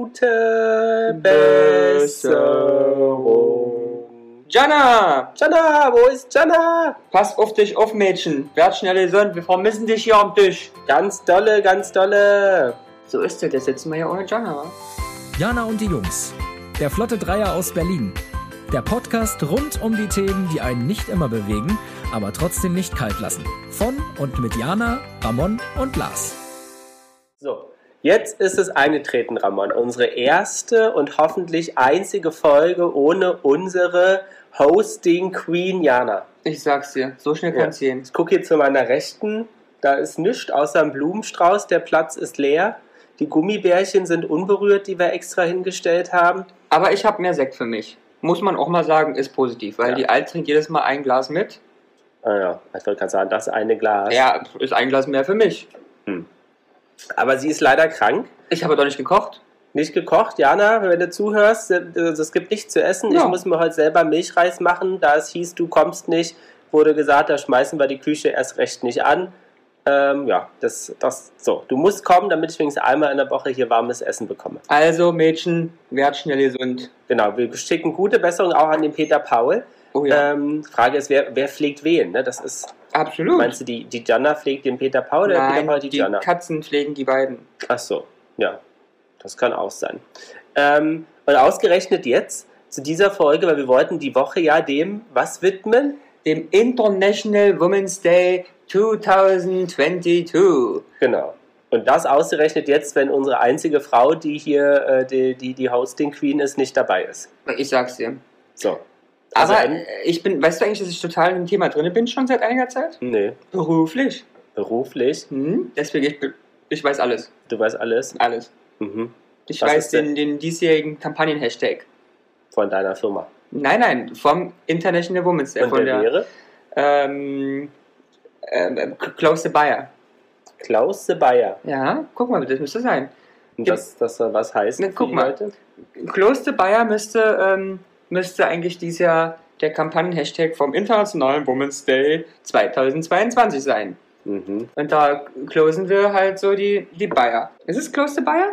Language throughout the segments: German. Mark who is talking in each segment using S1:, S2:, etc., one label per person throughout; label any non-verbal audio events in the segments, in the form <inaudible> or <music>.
S1: Gute Besserung.
S2: Jana,
S1: Jana, wo ist Jana?
S2: pass auf dich auf, Mädchen. Werd schnell gesund, wir vermissen dich hier am Tisch.
S1: Ganz dolle, ganz dolle.
S2: So ist es, jetzt sitzen wir hier ohne Jana, wa?
S3: Jana und die Jungs. Der Flotte Dreier aus Berlin. Der Podcast rund um die Themen, die einen nicht immer bewegen, aber trotzdem nicht kalt lassen. Von und mit Jana, Ramon und Lars.
S1: So, jetzt ist es eingetreten, Ramon. Unsere erste und hoffentlich einzige Folge ohne unsere Hosting Queen Jana.
S2: Ich sag's dir, so schnell
S1: Ja.
S2: kann's gehen.
S1: Ich gucke hier zu meiner Rechten. Da ist nichts außer ein Blumenstrauß. Der Platz ist leer. Die Gummibärchen sind unberührt, die wir extra hingestellt haben.
S2: Aber ich hab mehr Sekt für mich. Muss man auch mal sagen, ist positiv, weil
S1: Ja.
S2: die Alt trinkt jedes Mal ein Glas mit.
S1: Ah ja, ich wollte gerade sagen, das eine Glas.
S2: Ja, ist ein Glas mehr für mich.
S1: Aber sie ist leider krank.
S2: Ich habe doch nicht gekocht.
S1: Nicht gekocht, Jana, wenn du zuhörst, äh, es gibt nichts zu essen.
S2: Ja.
S1: Ich muss mir heute selber Milchreis machen. Da es hieß, du kommst nicht, wurde gesagt, da schmeißen wir die Küche erst recht nicht an. Ähm, ja, das, das, so. Du musst kommen, damit ich wenigstens einmal in der Woche hier warmes Essen bekomme.
S2: Also, Mädchen, werd schnell gesund.
S1: Genau, wir schicken gute Besserung auch an den Peter Paul.
S2: Oh ja,
S1: Ähm, Frage ist, wer, wer pflegt wen? Ne? Das ist,
S2: absolut.
S1: meinst du, die, die Jana pflegt den Peter Paul oder der
S2: Nein,
S1: Peter Paul
S2: die Katzen pflegen die beiden.
S1: Ach so, ja, das kann auch sein. Ähm, und ausgerechnet jetzt zu dieser Folge, weil wir wollten die Woche ja dem was widmen.
S2: dem International Women's Day 2022.
S1: Genau. Und das ausgerechnet jetzt, wenn unsere einzige Frau, die hier äh, die, die, die Hosting Queen ist, nicht dabei ist.
S2: Ich sag's dir.
S1: So. Also,
S2: Aber
S1: ähm,
S2: äh, ich bin, weißt du eigentlich, dass ich total im Thema drin bin schon seit einiger Zeit?
S1: nee,
S2: Beruflich.
S1: beruflich,
S2: Hm? Deswegen, ich, bin- ich weiß alles.
S1: du weißt alles
S2: Alles.
S1: mhm.
S2: Ich
S1: Was
S2: weiß
S1: ist denn?
S2: den, den diesjährigen Kampagnen-Hashtag.
S1: von deiner Firma.
S2: Nein, nein, vom International Women's Day.
S1: Und
S2: Von
S1: der
S2: der,
S1: wäre
S2: ähm, ähm, Klaus de Bayer.
S1: Klaus de Bayer.
S2: Ja, guck mal, das müsste sein.
S1: Und
S2: Ja.
S1: das, das soll was heißt.
S2: Na,
S1: für
S2: guck
S1: die
S2: mal.
S1: Leute?
S2: Klaus de Bayer müsste, ähm, müsste eigentlich dieses Jahr der Kampagnen-Hashtag vom Internationalen Women's Day 2022 sein.
S1: Mhm.
S2: Und da closen wir halt so die, die Bayer. Ist es Close the Bayer?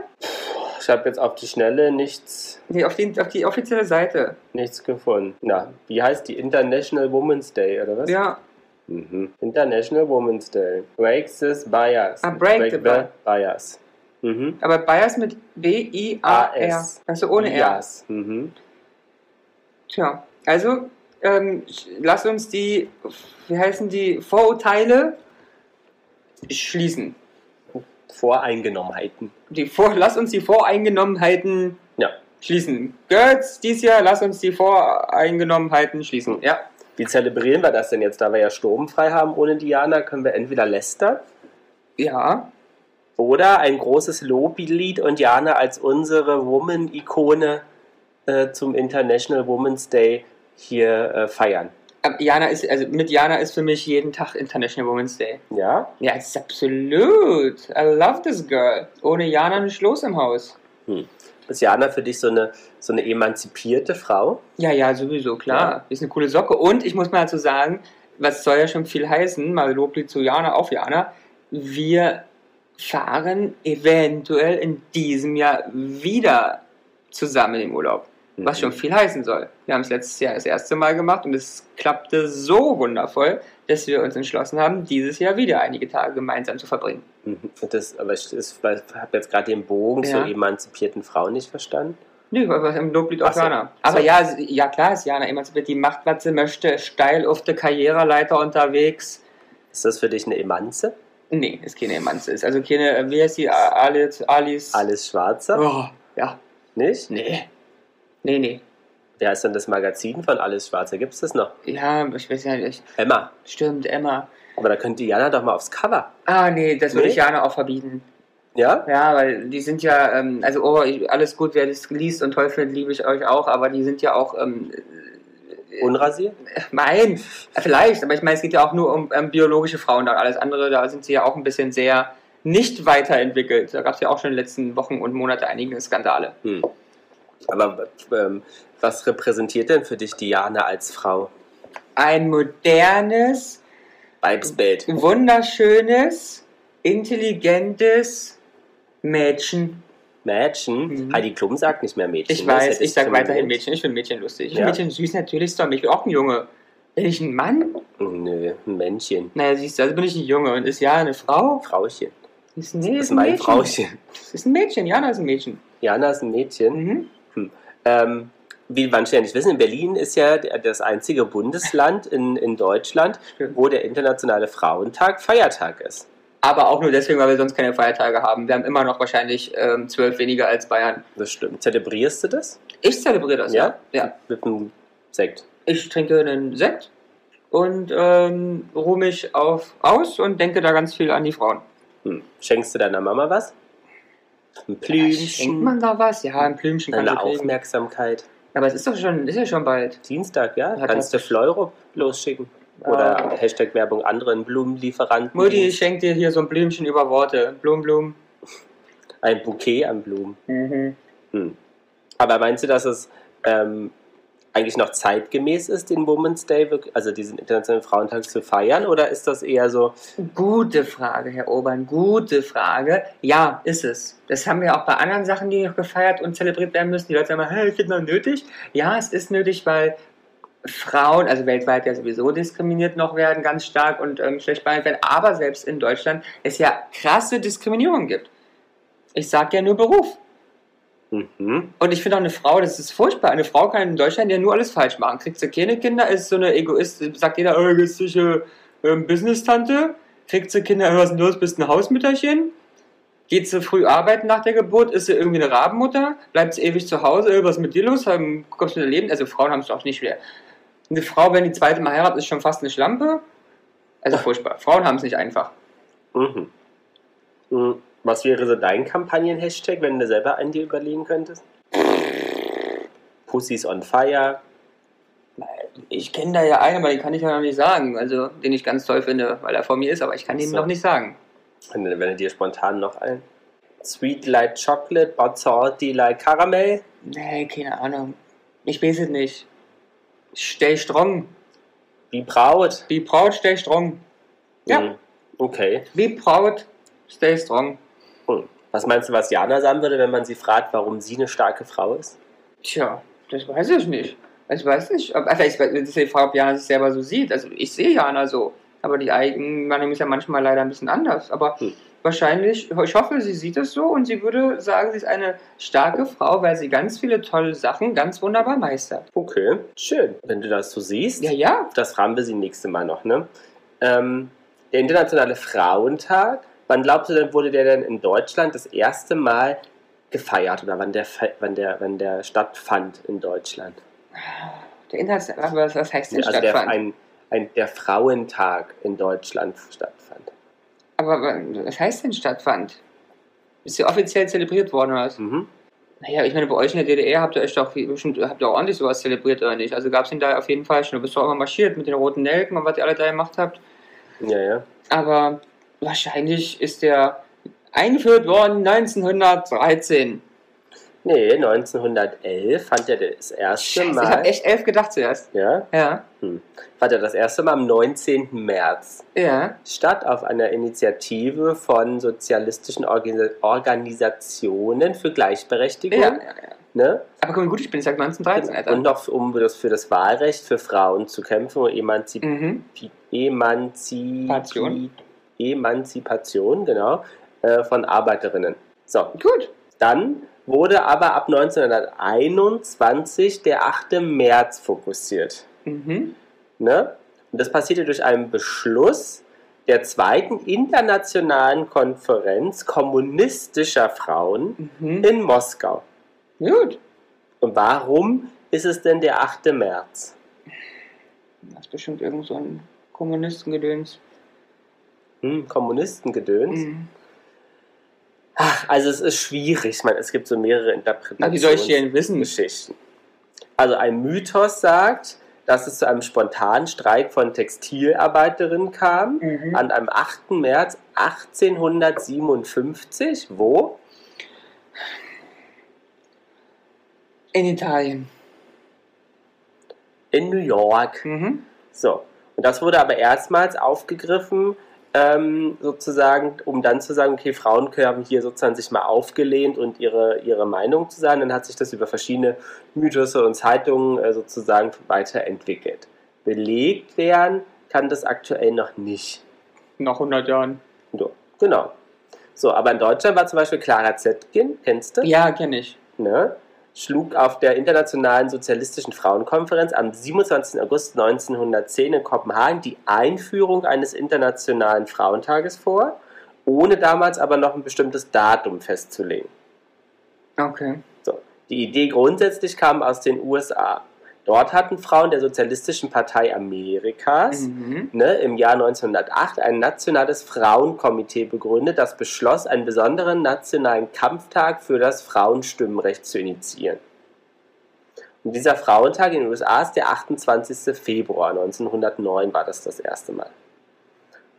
S1: Ich habe jetzt auf die Schnelle nichts
S2: Nee, auf die, auf die offizielle Seite.
S1: Nichts gefunden. Na, wie heißt die International Women's Day, oder was?
S2: Ja,
S1: Mhm. International Women's Day. Breaks this bias.
S2: Ah, break the bi-
S1: bias. Mhm.
S2: aber Bayer ist mit B-I-A-R.
S1: AS.
S2: Also ohne R.
S1: Bias. Mhm.
S2: Tja, also ähm, sch- lass uns die, wie heißen die, Vorurteile schließen.
S1: Voreingenommenheiten.
S2: die Vor lass uns die Voreingenommenheiten
S1: Ja.
S2: schließen. Götz, dies Jahr, lass uns die Voreingenommenheiten schließen.
S1: Hm.
S2: Ja.
S1: Wie zelebrieren wir das denn jetzt? Da wir ja sturmfrei haben ohne Diana, können wir entweder lästern
S2: Ja.
S1: oder ein großes Loblied und Jana als unsere Woman-Ikone äh, zum International Women's Day hier äh, feiern.
S2: Aber Jana ist, also mit Jana ist für mich jeden Tag International Women's Day.
S1: Ja?
S2: Ja, es ist absolut. I love this girl. Ohne Jana nicht los im Haus.
S1: Ist Jana für dich so eine, so eine emanzipierte Frau?
S2: Ja, ja, sowieso, klar.
S1: Ja.
S2: Ist eine coole Socke. Und ich muss mal dazu sagen, was soll ja schon viel heißen, mal Loblied zu Jana, auf Jana, wir fahren eventuell in diesem Jahr wieder zusammen im Urlaub. Was
S1: Mhm.
S2: schon viel heißen soll. Wir haben es letztes Jahr das erste Mal gemacht und es klappte so wundervoll, dass wir uns entschlossen haben, dieses Jahr wieder einige Tage gemeinsam zu verbringen.
S1: Mhm. Und Das, aber ich, ich habe jetzt gerade den Bogen
S2: Ja.
S1: zur emanzipierten Frau nicht verstanden.
S2: Nö, aber im Loblied auf
S1: Ach so.
S2: Jana. Aber
S1: So.
S2: ja, s- ja, klar ist Jana emanzipiert. Die macht, was sie möchte, steil auf der Karriereleiter unterwegs.
S1: Ist das für dich eine Emanze?
S2: Nee, ist keine Emanze. Ist also keine, äh, wie heißt die, A- Alice? Alice.
S1: Alles Schwarzer?
S2: Oh, ja.
S1: Nicht?
S2: Nee. Nee, nee.
S1: Wie heißt denn das Magazin von Alles Schwarzer? Gibt es das noch?
S2: Ja, ich weiß ja nicht.
S1: Emma.
S2: Stimmt, Emma.
S1: Aber da könnte Jana doch mal aufs Cover.
S2: Ah, nee, das würde
S1: Nee?
S2: ich Jana auch verbieten.
S1: Ja?
S2: Ja, weil die sind ja, ähm, also, oh, ich, alles gut, wer das liest und toll findet, liebe ich euch auch, aber die sind ja auch, ähm, äh,
S1: Unrasiert?
S2: Nein, vielleicht, aber ich meine, es geht ja auch nur um ähm, biologische Frauen und alles andere, da sind sie ja auch ein bisschen sehr nicht weiterentwickelt. Da gab es ja auch schon in den letzten Wochen und Monaten einige Skandale.
S1: Hm. Aber ähm, was repräsentiert denn für dich Diana als Frau?
S2: Ein modernes,
S1: Weibsbild.
S2: Mhm. wunderschönes, intelligentes Mädchen.
S1: Mädchen.
S2: Mhm.
S1: Heidi Klum sagt nicht mehr Mädchen.
S2: Ich
S1: ne? Das
S2: weiß,
S1: hätte
S2: ich sag weiterhin
S1: zumindest-
S2: Mädchen. Ich finde Mädchen lustig. Ich
S1: Ja.
S2: finde Mädchen süß, natürlich soll mich auch ein Junge. Bin ich ein Mann?
S1: Nö, ein Männchen.
S2: Naja, siehst du, also bin ich ein Junge. Und ist ja eine Frau?
S1: Frauchen.
S2: Ist, nee,
S1: Das ist
S2: ein
S1: mein
S2: Mädchen.
S1: Frauchen.
S2: Ist ein Mädchen, ja, das ist ein Mädchen.
S1: Jana ist ein Mädchen.
S2: Mhm.
S1: Ähm, wie manche ja nicht wissen, in Berlin ist ja der- das einzige Bundesland in, in Deutschland,
S2: Stimmt.
S1: wo der Internationale Frauentag Feiertag ist.
S2: Aber auch nur deswegen, weil wir sonst keine Feiertage haben. Wir haben immer noch wahrscheinlich ähm, zwölf weniger als Bayern.
S1: Das stimmt. Zelebrierst du das?
S2: Ich zelebriere das, ja? Ja.
S1: Mit einem Sekt.
S2: Ich trinke einen Sekt und ähm, ruhe mich auf aus und denke da ganz viel an die Frauen.
S1: Hm. Schenkst du deiner Mama was? Ein
S2: Schenkt
S1: Blümchen,
S2: man da was? Ja, ein Blümchen kann
S1: eine
S2: man kriegen.
S1: Aufmerksamkeit.
S2: Aber es ist doch schon, ist ja schon bald.
S1: Dienstag, ja?
S2: Ja, Ah.
S1: Kannst du Fleuro losschicken? Oder Hashtag Werbung anderen Blumenlieferanten.
S2: Mutti, ich schenke dir hier so ein Blümchen über Worte. Blum, blum.
S1: Ein Bouquet an Blumen.
S2: Mhm.
S1: Hm. Aber meinst du, dass es ähm, eigentlich noch zeitgemäß ist, den Women's Day, wirk- also diesen Internationalen Frauentag zu feiern? Oder ist das eher so,
S2: Gute Frage, Herr Obern, gute Frage. Ja, ist es. Das haben wir auch bei anderen Sachen, die noch gefeiert und zelebriert werden müssen. Die Leute sagen immer, hey, ist das noch nötig? Ja, es ist nötig, weil Frauen, also weltweit ja sowieso diskriminiert noch werden, ganz stark und ähm, schlecht behandelt werden. Aber selbst in Deutschland es ja krasse Diskriminierung gibt. Ich sage ja nur Beruf.
S1: mhm,
S2: Und ich finde auch eine Frau, das ist furchtbar. Eine Frau kann in Deutschland ja nur alles falsch machen. Kriegt sie keine Kinder, ist so eine Egoist, sagt jeder, oh, egoistische ähm, Business-Tante. Kriegt sie Kinder, oh, was ist denn los, bist ein Hausmütterchen. Geht sie früh arbeiten nach der Geburt, ist sie irgendwie eine Rabenmutter, bleibt sie ewig zu Hause, oh, was ist mit dir los, Ähm, kommst du mit Leben? Also Frauen haben es auch nicht schwer. Eine Frau, wenn die zweite Mal heiratet, ist schon fast eine Schlampe. Also furchtbar. Frauen haben es nicht einfach.
S1: mhm. Mhm. Was wäre so dein Kampagnen-Hashtag, wenn du selber einen dir überlegen könntest? Pussies on Fire.
S2: Ich kenne da ja einen, aber den kann ich ja noch nicht sagen. Also den ich ganz toll finde, weil er vor mir ist, aber ich kann ihn
S1: So.
S2: noch nicht sagen.
S1: Wenn du, wenn du dir spontan noch ein. Sweet like Chocolate, but salty like Caramel.
S2: Nee, keine Ahnung. Ich weiß es nicht. Stay strong.
S1: Wie Braut.
S2: Be proud, stay strong. Ja.
S1: Mhm. Okay.
S2: Be proud, stay strong.
S1: Hm. Was meinst du, was Jana sagen würde, wenn man sie fragt, warum sie eine starke Frau ist?
S2: Tja, das weiß ich nicht. Ich weiß nicht. Ob, also ich weiß, das ist die Frage, ob Jana sich selber so sieht. Also ich sehe Jana so. Aber die Eigenwahrnehmung ist ja manchmal leider ein bisschen anders. Aber
S1: Hm.
S2: wahrscheinlich, ich hoffe, sie sieht es so und sie würde sagen, sie ist eine starke Frau, weil sie ganz viele tolle Sachen ganz wunderbar meistert.
S1: Okay, schön. Wenn du das so siehst,
S2: Ja, ja.
S1: das fragen wir sie nächste Mal noch, ne? Ähm, der Internationale Frauentag, wann glaubst du denn, wurde der denn in Deutschland das erste Mal gefeiert oder wann der, fe- wann der, wann der stattfand in Deutschland?
S2: Der Internationale, was, was heißt denn
S1: Also der,
S2: stattfand?
S1: ein, ein, der Frauentag in Deutschland stattfand.
S2: Aber wa- was heißt denn stattfand? Ist ja offiziell zelebriert worden oder was?
S1: Mhm.
S2: Naja, ich meine, bei euch in der DDR habt ihr euch doch viel- bestimmt, habt ihr auch ordentlich sowas zelebriert oder nicht? Also gab es denn da auf jeden Fall schon. Du bist doch auch immer marschiert mit den roten Nelken und was ihr alle da gemacht habt.
S1: Ja, ja.
S2: Aber wahrscheinlich ist der eingeführt worden 1913.
S1: Nee, 1911 fand er das erste
S2: Scheiße, ich
S1: Mal.
S2: hab echt elf gedacht zuerst.
S1: ja,
S2: Ja,
S1: fand er das erste Mal am 19. März.
S2: ja.
S1: statt auf einer Initiative von sozialistischen Organ Organisationen für Gleichberechtigung.
S2: ja, ja.
S1: Ne?
S2: Aber komm, wie gut, ich bin seit 1913, Alter.
S1: Und noch um das, für das Wahlrecht für Frauen zu kämpfen um und Emanzip
S2: Mhm.
S1: Emanzip
S2: Pation.
S1: Emanzipation genau, äh, von Arbeiterinnen. So,
S2: Gut.
S1: dann wurde aber ab 1921 der 8. März fokussiert.
S2: Mhm.
S1: Ne? Und das passierte durch einen Beschluss der zweiten internationalen Konferenz kommunistischer Frauen
S2: Mhm.
S1: in Moskau.
S2: Gut.
S1: Und warum ist es denn der 8. März?
S2: Das ist bestimmt irgend so ein Kommunistengedöns.
S1: Hm, Kommunistengedöns?
S2: Mhm.
S1: Ach, also es ist schwierig. Ich meine, es gibt so mehrere
S2: Na, wie soll ich die
S1: Interpretationen.
S2: denn wissen?
S1: Geschichten. Also ein Mythos sagt, dass es zu einem spontanen Streik von Textilarbeiterinnen kam,
S2: Mhm.
S1: an einem 8. März 1857. Wo?
S2: In Italien.
S1: in New York.
S2: Mhm.
S1: So. Und das wurde aber erstmals aufgegriffen ähm, sozusagen, um dann zu sagen, okay, Frauen haben hier sozusagen sich mal aufgelehnt und ihre, ihre Meinung zu sagen. Dann hat sich das über verschiedene Mythusse und Zeitungen äh, sozusagen weiterentwickelt. Belegt werden kann das aktuell noch nicht.
S2: Nach 100 Jahren.
S1: So, genau. So, aber in Deutschland war zum Beispiel Clara Zetkin, kennst du?
S2: Ja, kenne ich.
S1: Ne? Schlug auf der Internationalen Sozialistischen Frauenkonferenz am 27. August 1910 in Kopenhagen die Einführung eines internationalen Frauentages vor, ohne damals aber noch ein bestimmtes Datum festzulegen.
S2: Okay.
S1: So. Die Idee grundsätzlich kam aus den USA. Dort hatten Frauen der Sozialistischen Partei Amerikas
S2: Mhm.
S1: ne, im Jahr 1908 ein nationales Frauenkomitee begründet, das beschloss, einen besonderen nationalen Kampftag für das Frauenstimmrecht zu initiieren. Und dieser Frauentag in den USA ist der 28. Februar 1909 war das das erste Mal.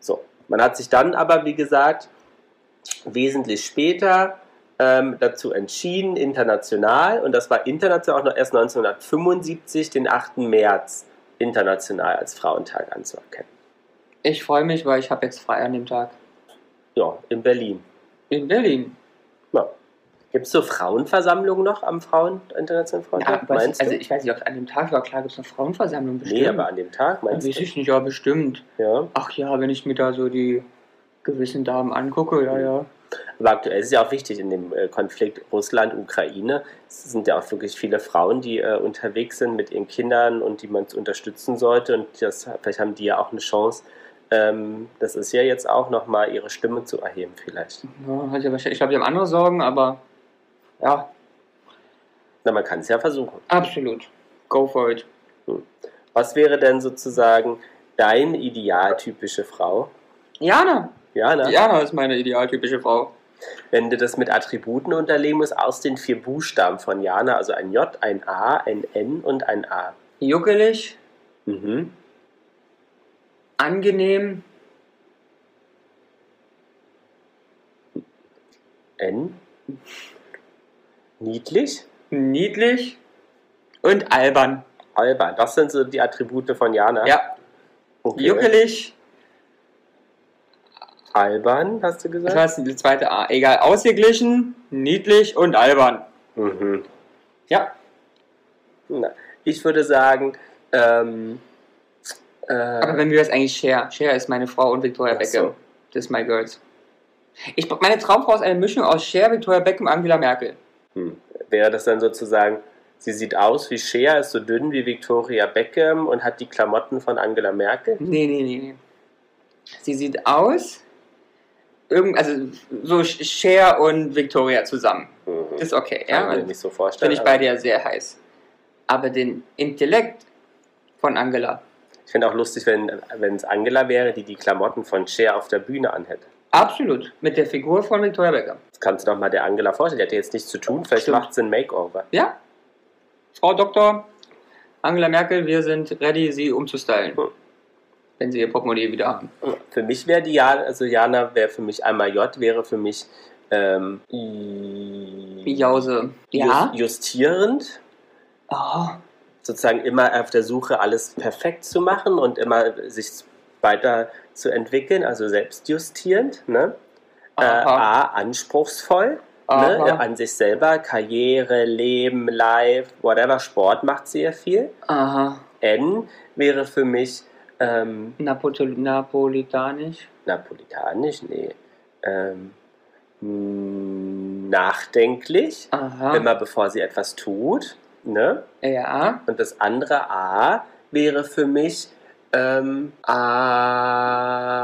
S1: So, man hat sich dann aber, wie gesagt, wesentlich später ähm, dazu entschieden, international, und das war international auch noch erst 1975, den 8. März international als Frauentag anzuerkennen.
S2: Ich freue mich, weil ich habe jetzt frei an dem Tag.
S1: Ja, in Berlin.
S2: In Berlin.
S1: Ja. Gibt es so Frauenversammlungen noch am Frauen Internationalen
S2: Ja,
S1: Frauentag?
S2: aber ich, also ich weiß nicht, ob an dem Tag war, klar gibt es eine Frauenversammlung bestimmt.
S1: nee, aber an dem Tag
S2: Ja,
S1: meinst
S2: weiß
S1: du?
S2: ich nicht, ja bestimmt.
S1: Ja.
S2: Ach ja, wenn ich mir da so die gewissen Damen angucke, ja, ja.
S1: Aber aktuell ist es ja auch wichtig in dem äh, Konflikt Russland-Ukraine. Es sind ja auch wirklich viele Frauen, die äh, unterwegs sind mit ihren Kindern und die man unterstützen sollte. Und das, vielleicht haben die ja auch eine Chance. Ähm, das ist ja jetzt auch nochmal ihre Stimme zu erheben, vielleicht.
S2: ja hat ja wahrscheinlich, ich glaube, die haben andere Sorgen, aber ja,
S1: Na, man kann es ja versuchen.
S2: absolut. Go for it.
S1: Was wäre denn sozusagen dein idealtypische Frau?
S2: Jana.
S1: Jana,
S2: Jana ist meine idealtypische Frau.
S1: wenn du das mit Attributen unterlegen musst, aus den vier Buchstaben von Jana, also ein J, ein A, ein N und ein A.
S2: Juckelig,
S1: Mhm.
S2: angenehm,
S1: N. Niedlich.
S2: niedlich und albern.
S1: Albern. Das sind so die Attribute von Jana.
S2: Ja,
S1: Okay.
S2: juckelig.
S1: Albern, hast du
S2: Das
S1: gesagt?
S2: heißt, die zweite A. Egal, ausgeglichen, niedlich und albern.
S1: Mhm.
S2: Ja.
S1: Na, ich würde sagen, ähm,
S2: Aber
S1: äh,
S2: wenn wir das eigentlich Cher. Cher ist meine Frau und Victoria
S1: Ach
S2: Beckham.
S1: so.
S2: Das ist my girls. Ich, meine Traumfrau ist eine Mischung aus Cher, Victoria Beckham, Angela Merkel.
S1: hm, wäre das dann sozusagen, sie sieht aus wie Shea, ist so dünn wie Victoria Beckham und hat die Klamotten von Angela Merkel?
S2: Nee, nee, nee, nee. Sie sieht aus. Irgend, also so Cher und Victoria zusammen.
S1: Mhm.
S2: Ist okay,
S1: kann
S2: ja.
S1: ich mir nicht so vorstellen.
S2: Finde ich
S1: aber
S2: beide ja sehr heiß. Aber den Intellekt von Angela.
S1: ich finde auch lustig, wenn wenn es Angela wäre, die die Klamotten von Shea auf der Bühne anhätte.
S2: Absolut. Mit der Figur von Victoria Beckham.
S1: Das kannst du doch mal der Angela vorstellen. Die hat ja jetzt nichts zu tun, vielleicht
S2: Stimmt.
S1: macht sie ein Makeover.
S2: Ja. Frau Doktor, Angela Merkel, wir sind ready, Sie umzustylen.
S1: Hm.
S2: Wenn Sie Ihr Portemonnaie wieder haben.
S1: Für mich wäre die Jana, also Jana wäre für mich einmal J, wäre für mich ähm, i-
S2: Jause.
S1: Jus-
S2: Ja?
S1: justierend,
S2: Oh,
S1: sozusagen immer auf der Suche, alles perfekt zu machen und immer sich weiter zu entwickeln, also selbstjustierend. Ne? Äh,
S2: aha,
S1: A, anspruchsvoll ne?
S2: aha,
S1: an sich selber, Karriere, Leben, Life, whatever, Sport macht sie ja viel.
S2: aha.
S1: N wäre für mich ähm,
S2: Napotol Napolitanisch.
S1: Napolitanisch, nee. Ähm, mh, nachdenklich,
S2: Aha.
S1: immer bevor sie etwas tut. Ne?
S2: Ja.
S1: Und das andere A wäre für mich ähm,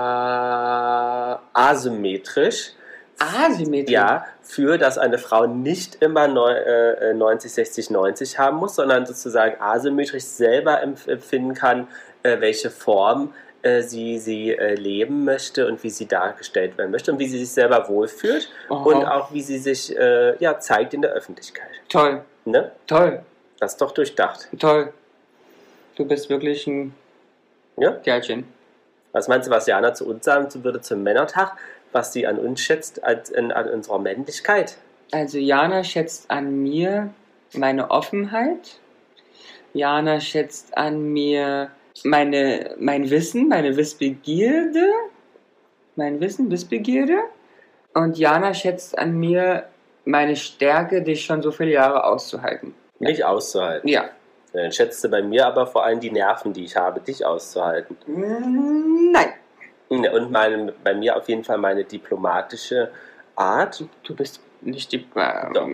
S1: a asymmetrisch.
S2: Asymmetrisch.
S1: Ja, für dass eine Frau nicht immer neu, äh, 90, 60, 90 haben muss, sondern sozusagen asymmetrisch selber empf- empfinden kann, äh, welche Form äh, sie, sie äh, leben möchte und wie sie dargestellt werden möchte und wie sie sich selber wohlfühlt
S2: Aha.
S1: und auch wie sie sich äh, ja, zeigt in der Öffentlichkeit.
S2: Toll,
S1: Ne?
S2: toll,
S1: Das ist doch durchdacht.
S2: toll. Du bist wirklich ein
S1: Ja?
S2: Kerlchen.
S1: Was meinst du, was Jana zu uns sagen würde zum Männertag, was sie an uns schätzt, als in, an unserer Männlichkeit?
S2: Also Jana schätzt an mir meine Offenheit. Jana schätzt an mir meine, mein Wissen, meine Wissbegierde. mein Wissen, Wissbegierde. Und Jana schätzt an mir meine Stärke, dich schon so viele Jahre auszuhalten.
S1: Mich auszuhalten.
S2: Ja.
S1: Dann schätzt du bei mir aber vor allem die Nerven, die ich habe, dich auszuhalten.
S2: Nein. Mhm.
S1: Und meine, bei mir auf jeden Fall meine diplomatische Art
S2: Du bist nicht die. Ähm,
S1: Doch.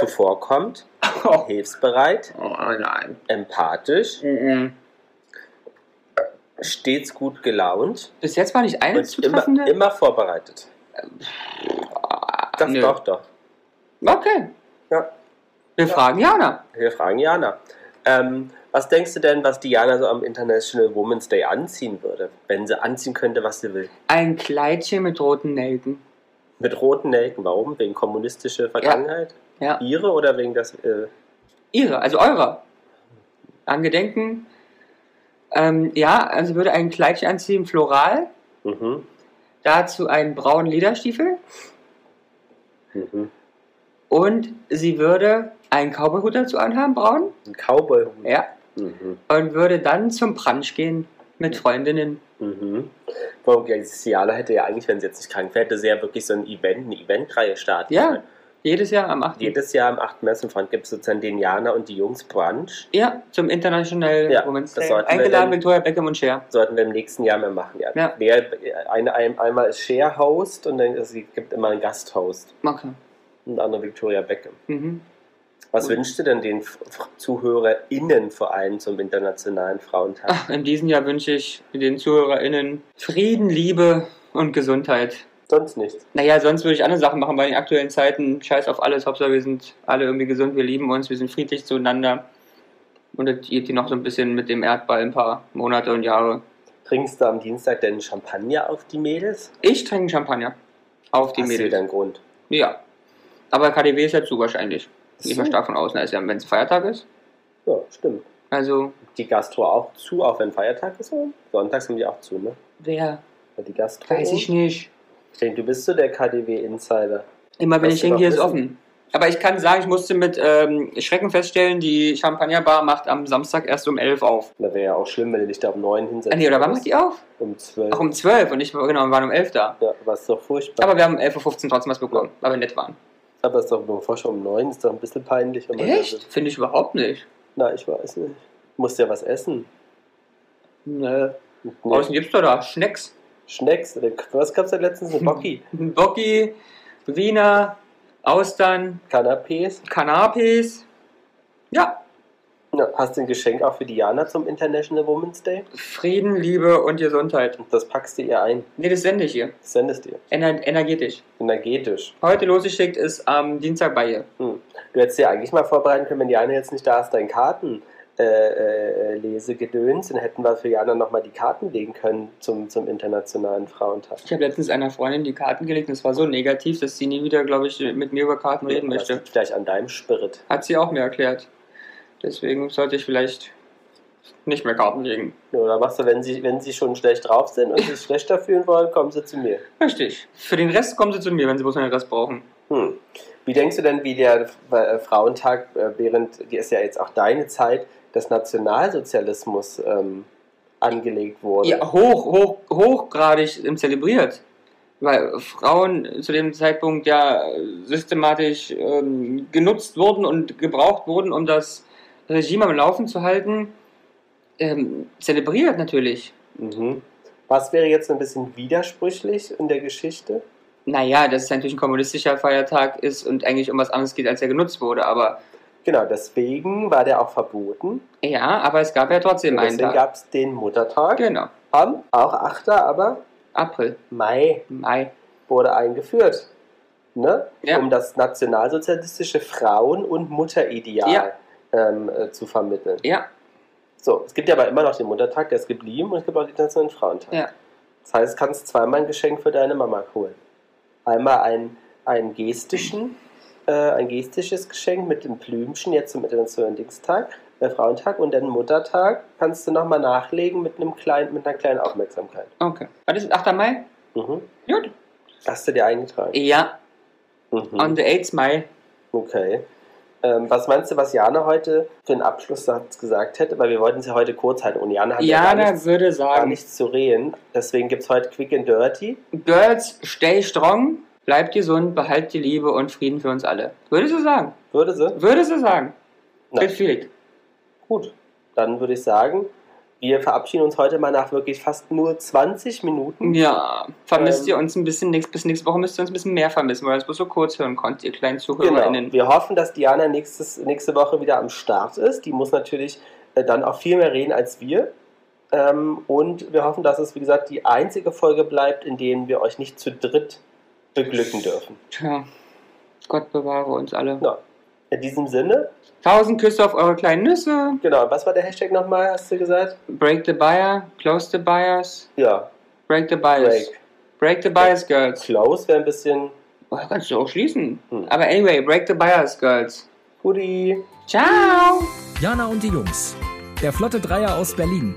S1: zuvorkommt,
S2: <laughs> oh.
S1: hilfsbereit,
S2: oh nein.
S1: empathisch,
S2: Mhm.
S1: stets gut gelaunt
S2: Bis jetzt war nicht eine
S1: und immer,
S2: zutreffende. Ähm,
S1: immer vorbereitet. Doch,
S2: nö.
S1: doch, doch.
S2: Okay.
S1: Ja.
S2: Wir fragen Jana.
S1: Wir fragen Jana. Ähm, was denkst du denn, was Diana so am International Women's Day anziehen würde, wenn sie anziehen könnte, was sie will?
S2: Ein Kleidchen mit roten Nelken.
S1: Mit roten Nelken, warum? Wegen kommunistischer Vergangenheit?
S2: Ja.
S1: Ihre oder wegen das? Äh,
S2: Ihre, also eure. Angedenken. Ähm, ja, also würde ein Kleidchen anziehen, floral.
S1: mhm,
S2: Dazu einen braunen Lederstiefel.
S1: mhm.
S2: Und sie würde einen Cowboyhut dazu anhaben, braun.
S1: Ein Cowboy-Hut.
S2: Ja.
S1: Mhm,
S2: Und würde dann zum Brunch gehen mit Freundinnen.
S1: mhm. Warum, ja, Diana hätte ja eigentlich, wenn sie jetzt nicht krank wäre, hätte sie ja wirklich so ein Event, eine Eventreihe starten
S2: Ja.
S1: können.
S2: Jedes Jahr am 8.
S1: Jedes Jahr am 8. Messenfront gibt es sozusagen den Jana und die Jungs Brunch.
S2: Ja, zum International
S1: Ja,
S2: Women's
S1: das
S2: Day.
S1: sollten wir
S2: Eingeladen
S1: dann-
S2: Victoria Beckham und Cher.
S1: Sollten wir im nächsten Jahr mehr machen. Ja.
S2: Ja.
S1: Wer, ein, ein, einmal ist Share Host und dann es gibt immer einen Gasthost.
S2: Okay.
S1: Und andere Victoria Beckham.
S2: Mhm.
S1: Was
S2: Gut.
S1: wünschst du denn den F- F- ZuhörerInnen vor allem zum Internationalen Frauentag?
S2: Ach, in diesem Jahr wünsche ich den ZuhörerInnen Frieden, Liebe und Gesundheit.
S1: Sonst nichts.
S2: Naja, sonst würde ich andere Sachen machen, weil in den aktuellen Zeiten, scheiß auf alles, Hauptsache wir sind alle irgendwie gesund, wir lieben uns, wir sind friedlich zueinander. Und das geht die noch so ein bisschen mit dem Erdball ein paar Monate und Jahre.
S1: Trinkst du am Dienstag denn Champagner auf die Mädels?
S2: Ich trinke Champagner. Auf die
S1: Hast du
S2: Mädels.
S1: wieder einen Grund.
S2: Ja. Aber KDW ist ja zu wahrscheinlich. Gehe ich mal
S1: So.
S2: stark von aus, ne? ja, wenn es Feiertag ist.
S1: Ja, stimmt.
S2: Also,
S1: Die Gastro auch zu, auch wenn Feiertag ist. oder? Sonntags haben die auch zu, ne?
S2: wer?
S1: Ja, Die Gastro.
S2: Weiß ich nicht.
S1: Ich denke, du bist so der KDW-Insider.
S2: Immer wenn
S1: Lass
S2: ich
S1: dir doch
S2: hingehe, ist
S1: wissen.
S2: offen. Aber ich kann sagen, ich musste mit ähm, Schrecken feststellen, die Champagnerbar macht am Samstag erst um 11 auf.
S1: Da wäre ja auch schlimm, wenn du dich da um neun
S2: Ah,
S1: hinsetzt.
S2: nee, oder wann macht die auf?
S1: Um zwölf.
S2: Ach, um 12 und ich genau, wir waren um 11 da.
S1: Ja, aber ist doch furchtbar.
S2: Aber wir haben um 11.15 Uhr trotzdem was bekommen, weil wir nett waren.
S1: Aber ist doch bevor schon um neun, ist doch ein bisschen peinlich. Wenn man da
S2: Echt?
S1: sitzt.
S2: Finde ich überhaupt nicht.
S1: Na, ich weiß nicht. Musst ja was essen.
S2: Nö.
S1: Nee.
S2: Außen gibt's doch da Schnecks.
S1: Schnecks. oder- Was gab's da letztens? Eine Oh,
S2: <laughs>
S1: Bocki.
S2: Bocki, Wiener, Austern,
S1: Canapés.
S2: Canapés. Ja,
S1: Ja, hast du ein Geschenk auch für Diana zum International Women's Day?
S2: Frieden, Liebe und Gesundheit.
S1: Und das packst du ihr ein.
S2: Nee, das sende ich ihr.
S1: Das sendest du ihr.
S2: Ener energetisch.
S1: Energetisch.
S2: Heute losgeschickt ist am Dienstag bei ihr.
S1: Hm. Du hättest dir eigentlich mal vorbereiten können, wenn Diana jetzt nicht da ist, dein Karten. Äh, äh, Lesegedöns, dann hätten wir für Jana nochmal die Karten legen können zum, zum Internationalen Frauentag.
S2: Ich habe letztens einer Freundin die Karten gelegt und es war so negativ, dass sie nie wieder, glaube ich, mit mir über Karten reden
S1: Aber es
S2: möchte.
S1: liegt Vielleicht an deinem Spirit.
S2: Hat sie auch mir erklärt. Deswegen sollte ich vielleicht nicht mehr Karten legen.
S1: Ja, Oder machst du, wenn sie, wenn sie schon schlecht drauf sind und sich schlechter fühlen wollen, kommen sie zu mir.
S2: Richtig. Für den Rest kommen sie zu mir, wenn sie bloß einen Rest brauchen.
S1: Hm. Wie denkst du denn, wie der äh, Frauentag, äh, während, die ist ja jetzt auch deine Zeit, des Nationalsozialismus ähm, angelegt wurde?
S2: Ja, hoch, hoch, hochgradig ähm, zelebriert. Weil Frauen zu dem Zeitpunkt ja systematisch ähm, genutzt wurden und gebraucht wurden, um das Regime am Laufen zu halten. Ähm, zelebriert natürlich.
S1: Mhm. Was wäre jetzt ein bisschen widersprüchlich in der Geschichte?
S2: Naja, dass es natürlich ein kommunistischer Feiertag ist und eigentlich um was anderes geht, als er genutzt wurde. Aber
S1: Genau, deswegen war der auch verboten.
S2: ja, aber es gab ja trotzdem
S1: Und
S2: einen
S1: deswegen
S2: Tag.
S1: gab es den Muttertag.
S2: Genau.
S1: Am, auch 8. aber
S2: April,
S1: Mai
S2: Mai.
S1: wurde eingeführt. Ne?
S2: Ja.
S1: Um das nationalsozialistische Frauen- und Mutterideal
S2: Ja.
S1: ähm, äh, zu vermitteln.
S2: Ja,
S1: So, es gibt ja aber immer noch den Muttertag, der ist geblieben, und es gibt auch den Internationalen Frauentag.
S2: Ja.
S1: Das heißt, du kannst zweimal ein Geschenk für deine Mama holen. Einmal ein, ein, gestischen, äh, ein gestisches Geschenk mit dem Blümchen, jetzt zum Internationalen Dingstag, äh, Frauentag, und dann Muttertag kannst du nochmal nachlegen mit, einem kleinen, mit einer kleinen Aufmerksamkeit.
S2: okay. Was ist 8. Mai?
S1: Mhm.
S2: Gut.
S1: Hast du dir eingetragen?
S2: Ja,
S1: Mhm.
S2: on the 8. Mai.
S1: Okay. Ähm, was meinst du, was Jana heute für einen Abschlusssatz gesagt hätte? Weil wir wollten es ja heute kurz halten und Jana hat ja,
S2: Jana
S1: gar, nichts,
S2: würde
S1: gar
S2: sagen,
S1: nichts zu reden. Deswegen gibt es heute Quick and Dirty.
S2: Girls, stay strong, bleibt gesund, behalt die Liebe und Frieden für uns alle. Würde sie sagen.
S1: Würde sie?
S2: Würde sie sagen.
S1: Nein.
S2: Fit Felix.
S1: Gut, dann würde ich sagen, wir verabschieden uns heute mal nach wirklich fast nur 20 Minuten.
S2: Ja, vermisst
S1: Ähm.
S2: ihr uns ein bisschen nix, bis nächste Woche müsst ihr uns ein bisschen mehr vermissen, weil ihr uns bloß so kurz hören konnt, ihr kleinen
S1: Genau.
S2: ZuhörerInnen.
S1: Wir hoffen, dass Diana nächstes, nächste Woche wieder am Start ist. Die muss natürlich äh, dann auch viel mehr reden als wir. Ähm, und wir hoffen, dass es, wie gesagt, die einzige Folge bleibt, in denen wir euch nicht zu dritt beglücken dürfen.
S2: Tja, Gott bewahre uns alle.
S1: Ja. In diesem Sinne,
S2: Tausend Küsse auf eure kleinen Nüsse.
S1: genau, was war der Hashtag nochmal, hast du gesagt?
S2: Break the buyer, close the buyers,
S1: Ja,
S2: break the bias.
S1: Break.
S2: Break the bias, girls.
S1: Close wäre ein bisschen
S2: Oh, kannst du auch schließen.
S1: Hm.
S2: Aber anyway, break the bias, girls.
S1: Hoodie.
S2: Ciao!
S3: Jana und die Jungs. Der Flotte Dreier aus Berlin.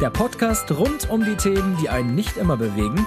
S3: Der Podcast rund um die Themen, die einen nicht immer bewegen,